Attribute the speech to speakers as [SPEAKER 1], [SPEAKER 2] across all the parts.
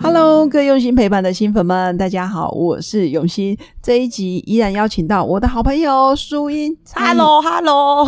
[SPEAKER 1] Hello，各位用心陪伴的新粉们，大家好，我是永新。这一集依然邀请到我的好朋友舒英。
[SPEAKER 2] 嗯 Hello，Hello，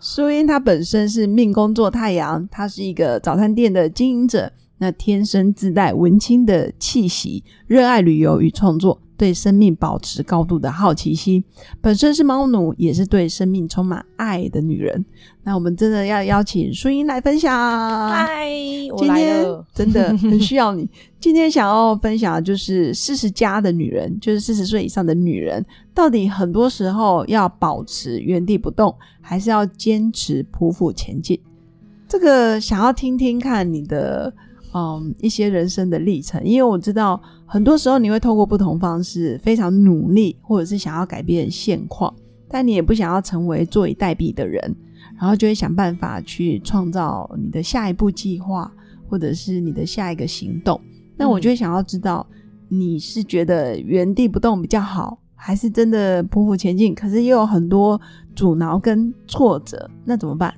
[SPEAKER 1] 苏英她本身是命宫做太阳，她是一个早餐店的经营者，那天生自带文青的气息，热爱旅游与创作，对生命保持高度的好奇心。本身是猫奴，也是对生命充满爱的女人。那我们真的要邀请苏英来分享。
[SPEAKER 2] 嗨，我
[SPEAKER 1] 今
[SPEAKER 2] 来
[SPEAKER 1] 天。
[SPEAKER 2] 了
[SPEAKER 1] 真 的很需要你。今天想要分享的就是四十加的女人，就是四十岁以上的女人，到底很多时候要保持原地不动，还是要坚持匍匐前进？这个想要听听看你的嗯一些人生的历程，因为我知道很多时候你会透过不同方式非常努力，或者是想要改变现况，但你也不想要成为坐以待毙的人，然后就会想办法去创造你的下一步计划，或者是你的下一个行动。那我就会想要知道，你是觉得原地不动比较好，还是真的匍匐前进？可是又有很多阻挠跟挫折，那怎么办？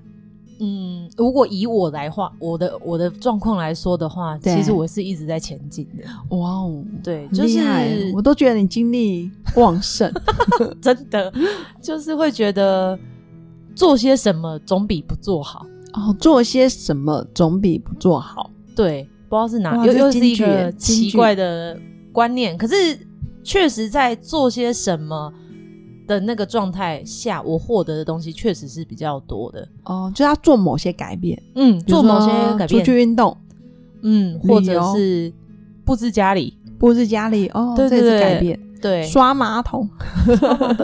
[SPEAKER 2] 嗯，如果以我来话，我的我的状况来说的话，
[SPEAKER 1] 对
[SPEAKER 2] 其实我是一直在前进的。
[SPEAKER 1] 哇哦，
[SPEAKER 2] 对，
[SPEAKER 1] 很
[SPEAKER 2] 就
[SPEAKER 1] 厉
[SPEAKER 2] 是
[SPEAKER 1] 害，哦我都觉得你精力旺 盛。
[SPEAKER 2] 真的 就是会觉得做些什么总比不做好。
[SPEAKER 1] 哦，做些什么总比不做好。
[SPEAKER 2] 对，不知道是哪
[SPEAKER 1] 哇
[SPEAKER 2] 又
[SPEAKER 1] 这
[SPEAKER 2] 又
[SPEAKER 1] 金
[SPEAKER 2] 是一
[SPEAKER 1] 句
[SPEAKER 2] 个
[SPEAKER 1] 金
[SPEAKER 2] 奇
[SPEAKER 1] 句
[SPEAKER 2] 怪的观念，可是确实在做些什么的那个状态下，我获得的东西确实是比较多的。
[SPEAKER 1] 哦，就要做某些改变，
[SPEAKER 2] 嗯，
[SPEAKER 1] 比如
[SPEAKER 2] 做某些
[SPEAKER 1] 说
[SPEAKER 2] 改
[SPEAKER 1] 出去
[SPEAKER 2] 变，
[SPEAKER 1] 运动，
[SPEAKER 2] 嗯，
[SPEAKER 1] 旅游
[SPEAKER 2] 或者是布置家里，
[SPEAKER 1] 布置家里，哦，
[SPEAKER 2] 对对
[SPEAKER 1] 这也是
[SPEAKER 2] 对
[SPEAKER 1] 改变，
[SPEAKER 2] 对，
[SPEAKER 1] 刷马桶，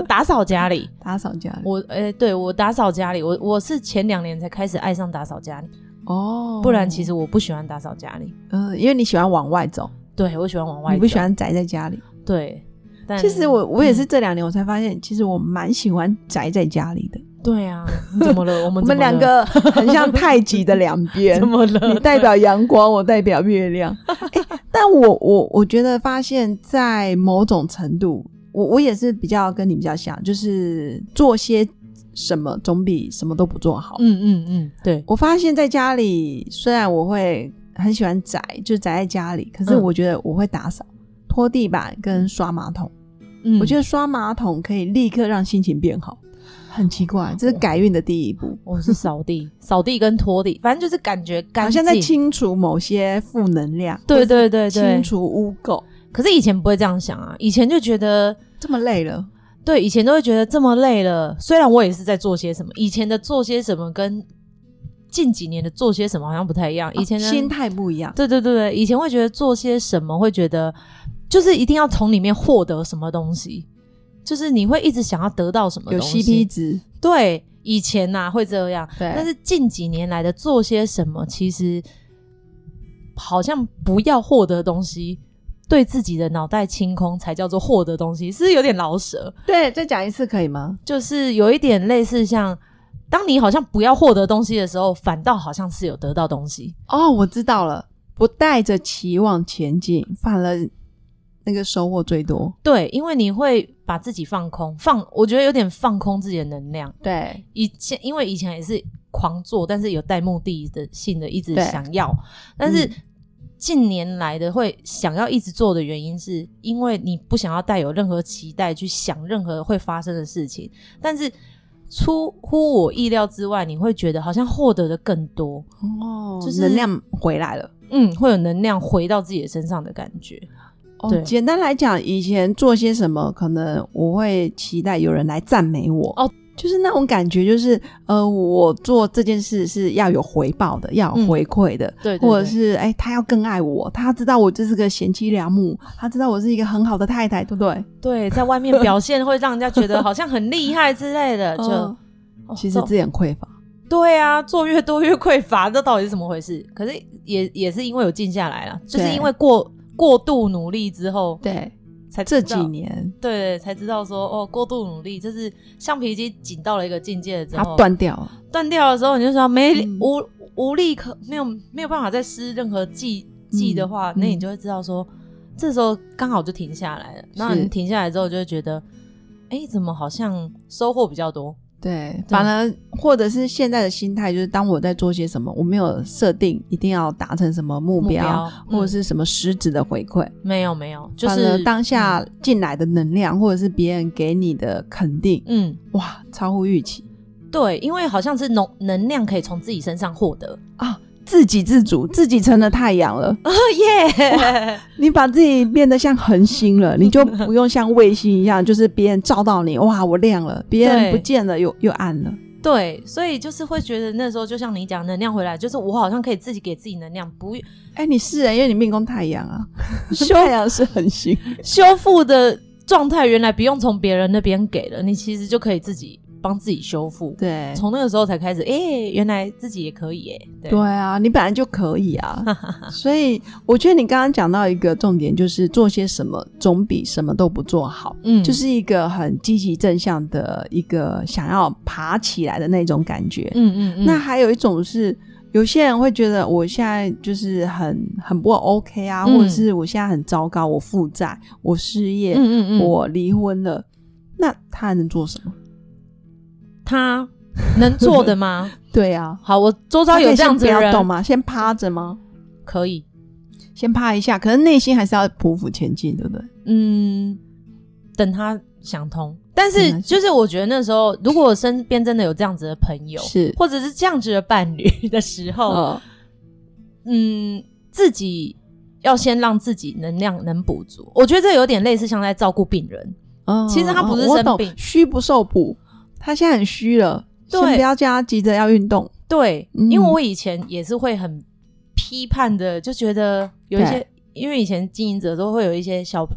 [SPEAKER 2] 打扫家里。
[SPEAKER 1] 打扫家里。
[SPEAKER 2] 我哎、对我打扫家里，我我是前两年才开始爱上打扫家里，
[SPEAKER 1] 哦，
[SPEAKER 2] 不然其实我不喜欢打扫家里。
[SPEAKER 1] 嗯、因为你喜欢往外走，
[SPEAKER 2] 对我喜欢往外，
[SPEAKER 1] 你不喜？欢宅在家里。
[SPEAKER 2] 对，但
[SPEAKER 1] 其实我我也是
[SPEAKER 2] 嗯
[SPEAKER 1] 这两年我才发现，其实我蛮喜欢宅在家里的。
[SPEAKER 2] 对啊，你怎么了？我
[SPEAKER 1] 我
[SPEAKER 2] 们
[SPEAKER 1] 们
[SPEAKER 2] 怎么
[SPEAKER 1] 两
[SPEAKER 2] 了
[SPEAKER 1] 个很像太极的两边
[SPEAKER 2] 怎，么了？
[SPEAKER 1] 你代表阳光，我代表月 亮。哎、但我我我觉得发现，在某种程度，我我也是比较跟你比较像，就是做些什么总比什么都不做好。
[SPEAKER 2] 嗯嗯嗯，对，
[SPEAKER 1] 我发现在家里，虽然我会很喜欢宅，就宅在家里，可是
[SPEAKER 2] 嗯
[SPEAKER 1] 我觉得我会打扫、拖地板跟刷马桶。
[SPEAKER 2] 嗯
[SPEAKER 1] 我觉
[SPEAKER 2] 得
[SPEAKER 1] 得刷马桶可以立刻让心情变好，很奇怪，这是改运的第一步，
[SPEAKER 2] 我是扫地，扫地跟拖地，反正就是感觉干
[SPEAKER 1] 好
[SPEAKER 2] 净。
[SPEAKER 1] 像在清除某些负能量，
[SPEAKER 2] 对对对对
[SPEAKER 1] 清。除污垢，
[SPEAKER 2] 可是以前不会这样想啊，以前就觉得。
[SPEAKER 1] 这么累了，
[SPEAKER 2] 对，以前都会觉得这么累了。虽然我也是在做些什么，以前的做些什么跟近几年的做些什么好像不太一样。以前的、
[SPEAKER 1] 啊心态不一样，
[SPEAKER 2] 对对对对，以前会觉得做些什么，会觉得就是一定要从里面获得什么东西，就是你会一直想要得到什么
[SPEAKER 1] 有
[SPEAKER 2] 东
[SPEAKER 1] CP
[SPEAKER 2] 西。
[SPEAKER 1] 值，
[SPEAKER 2] 对，以前呐、会这样，
[SPEAKER 1] 对
[SPEAKER 2] 但是近几年来的做些什么，其实好像不要获得东西，对自己的脑袋清空才叫做获得东西，是不是有点老舍？
[SPEAKER 1] 对，再讲一次可以吗？
[SPEAKER 2] 就是有一点类似像，当你好像不要获得东西的时候，反倒好像是有得到东西。
[SPEAKER 1] 哦，我知道了，不带着期望前进，反而那个收获最多，
[SPEAKER 2] 对，因为你会把自己放空，放我觉得有点放空自己的能量。
[SPEAKER 1] 对，
[SPEAKER 2] 以前因为以前也是狂做，但是有带目的的性的一直
[SPEAKER 1] 对
[SPEAKER 2] 想要，但是
[SPEAKER 1] 嗯
[SPEAKER 2] 近年来的会想要一直做的原因，是因为你不想要带有任何期待去想任何会发生的事情，但是出乎我意料之外，你会觉得好像获得的更多，
[SPEAKER 1] 哦，
[SPEAKER 2] 就是
[SPEAKER 1] 能量回来了。
[SPEAKER 2] 嗯，会有能量回到自己的身上的感觉。
[SPEAKER 1] 哦，
[SPEAKER 2] 对
[SPEAKER 1] 简单来讲，以前做些什么，可能我会期待有人来赞美我。
[SPEAKER 2] 哦，
[SPEAKER 1] 就是那种感觉，就是呃，我做这件事是要有回报的，要有
[SPEAKER 2] 嗯
[SPEAKER 1] 回馈的。
[SPEAKER 2] 对
[SPEAKER 1] 或者是哎、他要更爱我，他知道我这是个贤妻良母，他知道我是一个很好的太太，对不对？
[SPEAKER 2] 对，在外面表现会让人家觉得好像很厉害之类的，呃就、
[SPEAKER 1] 嗯
[SPEAKER 2] 哦
[SPEAKER 1] 其实
[SPEAKER 2] 这
[SPEAKER 1] 自己很匮乏，
[SPEAKER 2] 对啊，做越多越匮乏，这到底是怎么回事？可是也也是因为有静下来了，就是因为过过度努力之后，
[SPEAKER 1] 对，
[SPEAKER 2] 才知
[SPEAKER 1] 这
[SPEAKER 2] 道
[SPEAKER 1] 几年
[SPEAKER 2] 对才知道说哦，过度努力就是橡皮筋紧到了一个境界之
[SPEAKER 1] 它
[SPEAKER 2] 后，
[SPEAKER 1] 断掉了，
[SPEAKER 2] 断掉的时候，你就说没、
[SPEAKER 1] 嗯
[SPEAKER 2] 无无力可没有没有办法再施任何技技的话，
[SPEAKER 1] 嗯
[SPEAKER 2] 那你
[SPEAKER 1] 嗯
[SPEAKER 2] 就会知道说，这时候刚好就停下来了。那
[SPEAKER 1] 是
[SPEAKER 2] 你停下来之后，就会觉得，哎、怎么好像收获比较多？
[SPEAKER 1] 对，反而或者是现在的心态就是，当我在做些什么，我没有设定一定要达成什么目
[SPEAKER 2] 目
[SPEAKER 1] 标，
[SPEAKER 2] 标
[SPEAKER 1] 或者
[SPEAKER 2] 嗯
[SPEAKER 1] 是什么实质的回馈，
[SPEAKER 2] 没有没有，就
[SPEAKER 1] 反而
[SPEAKER 2] 是嗯
[SPEAKER 1] 当下进来的能量，或者是别人给你的肯定，
[SPEAKER 2] 嗯，
[SPEAKER 1] 哇，超乎预期
[SPEAKER 2] 对，因为好像是能能量可以从自己身上获 得，
[SPEAKER 1] 啊！自给自足，自己成了太阳了。
[SPEAKER 2] 耶！
[SPEAKER 1] 你把自己变得像恒星 了，你就不用像卫星一样，就是别人照到你，哇，我亮了；别人
[SPEAKER 2] 对
[SPEAKER 1] 不见了，又又暗了。
[SPEAKER 2] 对，所以就是会觉得那时候就像你讲，能量回来，就是我好像可以自己给自己能量，不
[SPEAKER 1] 哎、你是、欸，因为你命宫太阳啊， 太阳是恒星，
[SPEAKER 2] 修复的状态，原来不用从别人那边给了，你其实就可以自己帮自己修复。
[SPEAKER 1] 对
[SPEAKER 2] 从那个时候才开始，哎、原来自己也可以耶、对，
[SPEAKER 1] 对啊，你本来就可以 啊。所以我觉得你刚刚讲到一个重点，就是做些什么总比什么都不做好。
[SPEAKER 2] 嗯
[SPEAKER 1] 就是一个很积极正向的一个想要爬起来的那种感觉。
[SPEAKER 2] 嗯嗯嗯，
[SPEAKER 1] 那还有一种是，有些人会觉得我现在就是很很不 OK 啊，
[SPEAKER 2] 嗯
[SPEAKER 1] 或者是我现在很糟糕，我负债，我失业，
[SPEAKER 2] 嗯嗯嗯，
[SPEAKER 1] 我离婚了，那他还能做什么？
[SPEAKER 2] 他能做的 吗？
[SPEAKER 1] 对啊，
[SPEAKER 2] 好，我周遭有这样子
[SPEAKER 1] 他可
[SPEAKER 2] 的
[SPEAKER 1] 以先不要动
[SPEAKER 2] 人，
[SPEAKER 1] 吗？先趴着吗？
[SPEAKER 2] 可以，
[SPEAKER 1] 先趴一下，可是内心还是要匍匐前进，对不对？
[SPEAKER 2] 嗯，等他想通。但
[SPEAKER 1] 很
[SPEAKER 2] 是
[SPEAKER 1] 难
[SPEAKER 2] 就是我觉得那时候，如果我身边真的有这样子的朋友，
[SPEAKER 1] 是，
[SPEAKER 2] 或者是这样子的伴侣的时候，
[SPEAKER 1] 呃，
[SPEAKER 2] 嗯，自己要先让自己能量能补足。我觉得这有点类似像在照顾病人，
[SPEAKER 1] 嗯
[SPEAKER 2] 其实他不是
[SPEAKER 1] 嗯我
[SPEAKER 2] 生
[SPEAKER 1] 懂
[SPEAKER 2] 病
[SPEAKER 1] 虚不受补，他现在很虚了，先
[SPEAKER 2] 对
[SPEAKER 1] 不要叫他急着要运动，
[SPEAKER 2] 对，
[SPEAKER 1] 嗯
[SPEAKER 2] 因为我以前也是会很批判的，就觉得有一些
[SPEAKER 1] 对，
[SPEAKER 2] 因为以前经营者都会有一些小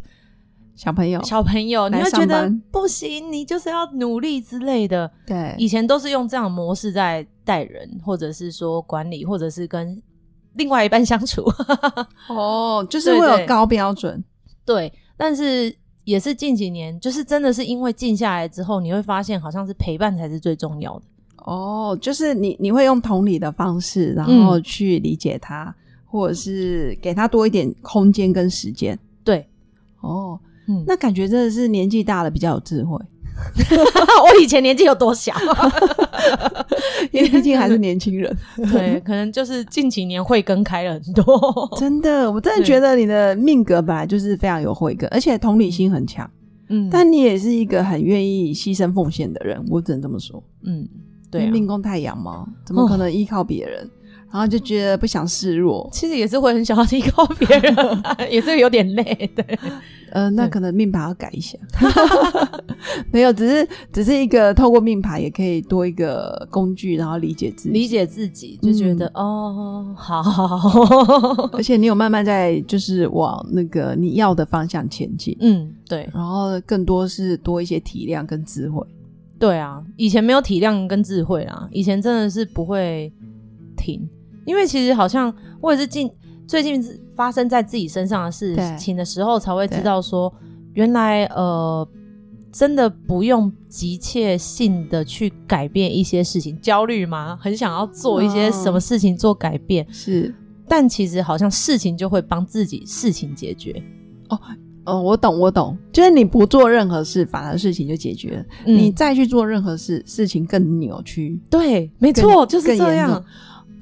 [SPEAKER 1] 小朋友，
[SPEAKER 2] 小朋友，你
[SPEAKER 1] 哦来
[SPEAKER 2] 会觉
[SPEAKER 1] 上
[SPEAKER 2] 得
[SPEAKER 1] 班
[SPEAKER 2] 不行，你就是要努力之类的。
[SPEAKER 1] 对，
[SPEAKER 2] 以前都是用这样的模式在带人，或者是说管理，或者是跟另外一半相处。
[SPEAKER 1] 哦，就是
[SPEAKER 2] 对
[SPEAKER 1] 会有
[SPEAKER 2] 对
[SPEAKER 1] 高标准，
[SPEAKER 2] 对，但是也是近几年，就是真的是因为静下来之后，你会发现好像是陪伴才是最重要的。
[SPEAKER 1] 哦，就是你你会用同理的方式，然
[SPEAKER 2] 嗯
[SPEAKER 1] 后去理解他，或者是给他多一点空间跟时间。
[SPEAKER 2] 对，
[SPEAKER 1] 哦，
[SPEAKER 2] 嗯，
[SPEAKER 1] 那感觉真的是年纪大了比较有智慧，
[SPEAKER 2] 我以前年纪有多小？
[SPEAKER 1] 因为毕竟还是年轻 人。
[SPEAKER 2] 对，可能就是近几年慧根开了很 多。
[SPEAKER 1] 真的，我真的
[SPEAKER 2] 对
[SPEAKER 1] 觉得你的命格本来就是非常有慧根，而且同理心很强。
[SPEAKER 2] 嗯，
[SPEAKER 1] 但你也是一个很愿意牺牲奉献的人，我只能这么说。
[SPEAKER 2] 嗯，对、
[SPEAKER 1] 因
[SPEAKER 2] 啊哦
[SPEAKER 1] 为，命宫太阳嘛，怎么可能依靠别人？然后就觉得不想示弱。
[SPEAKER 2] 其实也是会很想要依靠别人啊、 也是有点累。对，
[SPEAKER 1] 呃，那
[SPEAKER 2] 对
[SPEAKER 1] 可能命盘要改一 下， 没有，只是只是一个透过命盘也可以多一个工具，然后理解自己。
[SPEAKER 2] 理，解自己就觉得、哦，好好好，
[SPEAKER 1] 而且你有慢慢在就是往那个你要的方向前进，
[SPEAKER 2] 嗯，对
[SPEAKER 1] 然后更多是多一些体谅跟智慧。
[SPEAKER 2] 对啊，以前没有体谅跟智慧啦，以前真的是不会停，因为其实好像我也是近最近发生在自己身上的事
[SPEAKER 1] 对
[SPEAKER 2] 情的时候，才会知道说，原来呃，真的不用急切性的去改变一些事情，焦虑吗？很想要做一些什么事情做改变，
[SPEAKER 1] 是，
[SPEAKER 2] 但其实好像事情就会帮自己事情解决。
[SPEAKER 1] 嗯，我懂，我懂，就是你不做任何事，反而事情就解决了。
[SPEAKER 2] 嗯
[SPEAKER 1] 你再去做任何事，事情更扭曲。
[SPEAKER 2] 对，没错，
[SPEAKER 1] 更
[SPEAKER 2] 就是这
[SPEAKER 1] 更严
[SPEAKER 2] 样。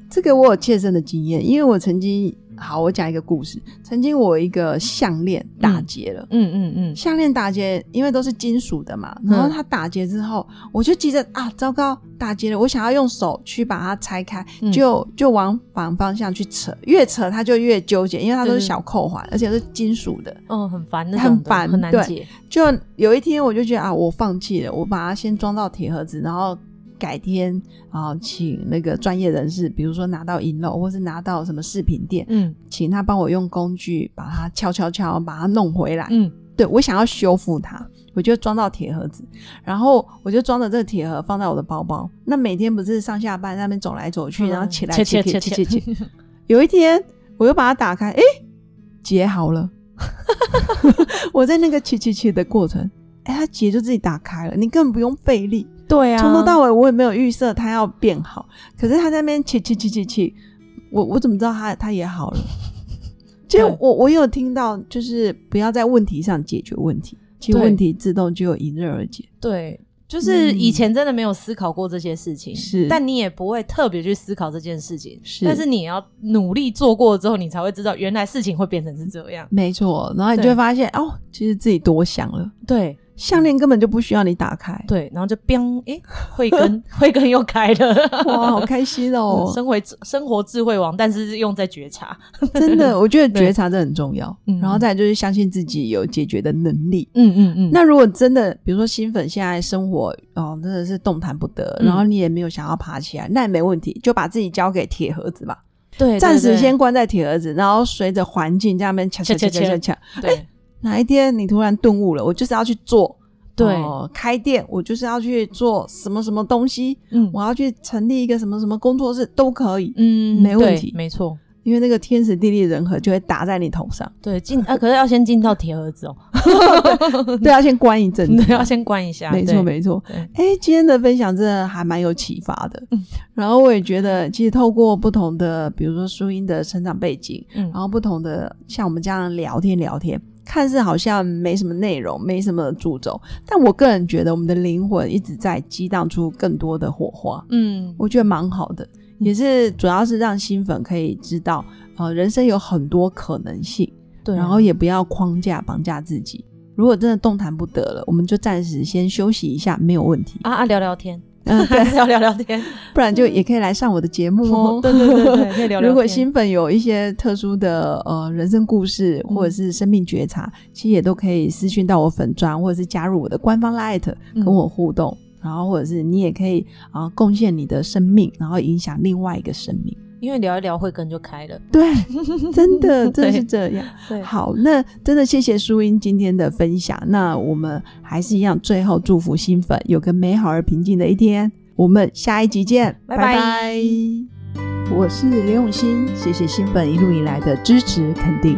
[SPEAKER 1] 这个我有切身的经验，因为我曾经，好，我讲一个故事，曾经我有一个项链打结了。
[SPEAKER 2] 嗯嗯嗯，
[SPEAKER 1] 项链打结，因为都是金属的嘛，然后
[SPEAKER 2] 嗯
[SPEAKER 1] 它打结之后，我就急着啊，糟糕，打结了！我想要用手去把它拆开，
[SPEAKER 2] 嗯
[SPEAKER 1] 就就往反方向去扯，越扯它就越纠结，因为它都是
[SPEAKER 2] 对对
[SPEAKER 1] 小扣
[SPEAKER 2] 嗯
[SPEAKER 1] 环，而且都是金属的。
[SPEAKER 2] 哦，很烦那
[SPEAKER 1] 很
[SPEAKER 2] 种的，
[SPEAKER 1] 烦
[SPEAKER 2] 很难
[SPEAKER 1] 对
[SPEAKER 2] 解。
[SPEAKER 1] 就有一天我就觉得啊，我放弃了，我把它先装到铁盒子，然后改天啊，请那个专业人士，比如说拿到银楼或是拿到什么饰品店，
[SPEAKER 2] 嗯
[SPEAKER 1] 请他帮我用工具把它敲敲敲，把它弄回来。
[SPEAKER 2] 嗯
[SPEAKER 1] 对我想要修复它，我就装到铁盒子，然后我就装着这个铁盒放在我的包包。那每天不是上下班在那边走来走去，
[SPEAKER 2] 嗯
[SPEAKER 1] 然后起来
[SPEAKER 2] 切
[SPEAKER 1] 切
[SPEAKER 2] 切
[SPEAKER 1] 切切
[SPEAKER 2] 切
[SPEAKER 1] 切切。有一天我又把它打开，诶，结好了。 我在那个骑骑骑的过程，哎、它结就自己打开了，你根本不用费力。
[SPEAKER 2] 对啊，
[SPEAKER 1] 从头到尾我也没有预设它要变好，可是它在那边骑骑骑骑骑，我我怎么知道它它也 好了？其实
[SPEAKER 2] 对
[SPEAKER 1] 我我有听到，就是不要在问题上解决问题，其实
[SPEAKER 2] 对
[SPEAKER 1] 问题自动就迎刃而解。
[SPEAKER 2] 对，就是
[SPEAKER 1] 嗯
[SPEAKER 2] 以前真的没有思考过这些事情，
[SPEAKER 1] 是
[SPEAKER 2] 但你也不会特别去思考这件事情，
[SPEAKER 1] 是
[SPEAKER 2] 但是你也要努力做过之后，你才会知道原来事情会变成是这样。
[SPEAKER 1] 没错，然后你就
[SPEAKER 2] 对
[SPEAKER 1] 会发现哦，其实自己多想了，
[SPEAKER 2] 对
[SPEAKER 1] 项链根本就不需要你打 开。
[SPEAKER 2] 对，然后就 biang，哎、慧根慧根又开了， 嗯
[SPEAKER 1] 哇，好开心哦！
[SPEAKER 2] 生活生活智慧王，但是是用在觉察。
[SPEAKER 1] 真的，我觉得
[SPEAKER 2] 对
[SPEAKER 1] 觉察这很重要
[SPEAKER 2] 嗯。
[SPEAKER 1] 然后再来就是相信自己有解决的能力。
[SPEAKER 2] 嗯嗯嗯
[SPEAKER 1] 那如果真的，比如说新粉现在生活哦，真的是动弹不得，
[SPEAKER 2] 嗯
[SPEAKER 1] 然后你也没有想要爬起来，那也没问题，就把自己交给铁盒子吧，
[SPEAKER 2] 对，
[SPEAKER 1] 暂时
[SPEAKER 2] 对
[SPEAKER 1] 先关在铁盒子，然后随着环境这样面敲敲敲
[SPEAKER 2] 切
[SPEAKER 1] 敲
[SPEAKER 2] 切
[SPEAKER 1] 敲
[SPEAKER 2] 切
[SPEAKER 1] 敲。
[SPEAKER 2] 对对
[SPEAKER 1] 哪一天你突然顿悟了，我就是要去做，
[SPEAKER 2] 对
[SPEAKER 1] 哦开店，我就是要去做什么什么东西，
[SPEAKER 2] 嗯
[SPEAKER 1] 我要去成立一个什么什么工作室都可以，
[SPEAKER 2] 嗯
[SPEAKER 1] 没问
[SPEAKER 2] 对
[SPEAKER 1] 题
[SPEAKER 2] 没错。
[SPEAKER 1] 因为那个天时地利人和就会打在你头上。
[SPEAKER 2] 对，进啊，可是要先进到铁盒子哦，
[SPEAKER 1] 对，要先关一阵子，
[SPEAKER 2] 对，要先关一下。
[SPEAKER 1] 没
[SPEAKER 2] 对
[SPEAKER 1] 错，没错。
[SPEAKER 2] 对嗯
[SPEAKER 1] 哎、今天的分享真的还蛮有启发的。然后我也觉得，其实透过不同的，比如说书音的成长背景，
[SPEAKER 2] 嗯
[SPEAKER 1] 然后不同的像我们这样聊天聊天，看似好像没什么内容，没什么主轴，但我个人觉得我们的灵魂一直在激荡出更多的火花。
[SPEAKER 2] 嗯，
[SPEAKER 1] 我觉得蛮好的，也是主要是让新粉可以知道，呃，人生有很多可能性。
[SPEAKER 2] 对，啊
[SPEAKER 1] 然后也不要框架绑架自己。如果真的动弹不得了，我们就暂时先休息一下，没有问 题。
[SPEAKER 2] 啊啊聊聊天，
[SPEAKER 1] 嗯，
[SPEAKER 2] 还
[SPEAKER 1] 对，
[SPEAKER 2] 是要 聊 聊天。。
[SPEAKER 1] 不然就也可以来上我的节目哦
[SPEAKER 2] 对对 对对，可以聊聊天。
[SPEAKER 1] 如果新粉有一些特殊的呃人生故事
[SPEAKER 2] 嗯
[SPEAKER 1] 或者是生命觉察，其实也都可以私讯到我粉砖，或者是加入我的官方 Light
[SPEAKER 2] 嗯
[SPEAKER 1] 跟我互动。然后或者是你也可以啊、呃贡献你的生命，然后影响另外一个生命。
[SPEAKER 2] 因为聊一聊慧根就开了，
[SPEAKER 1] 对，真 的，真的是
[SPEAKER 2] 对
[SPEAKER 1] 这样。
[SPEAKER 2] 对
[SPEAKER 1] 好，那真的谢谢淑英今天的分享。那我们还是一样，最后祝福新粉有个美好而平静的一天。我们下一集见，
[SPEAKER 2] 拜
[SPEAKER 1] 拜
[SPEAKER 2] 拜
[SPEAKER 1] 我是刘永新，谢谢新粉一路以来的支持肯定。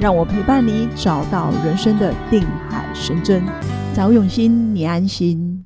[SPEAKER 1] 让我陪伴你找到人生的定海神针。找永新，你安心。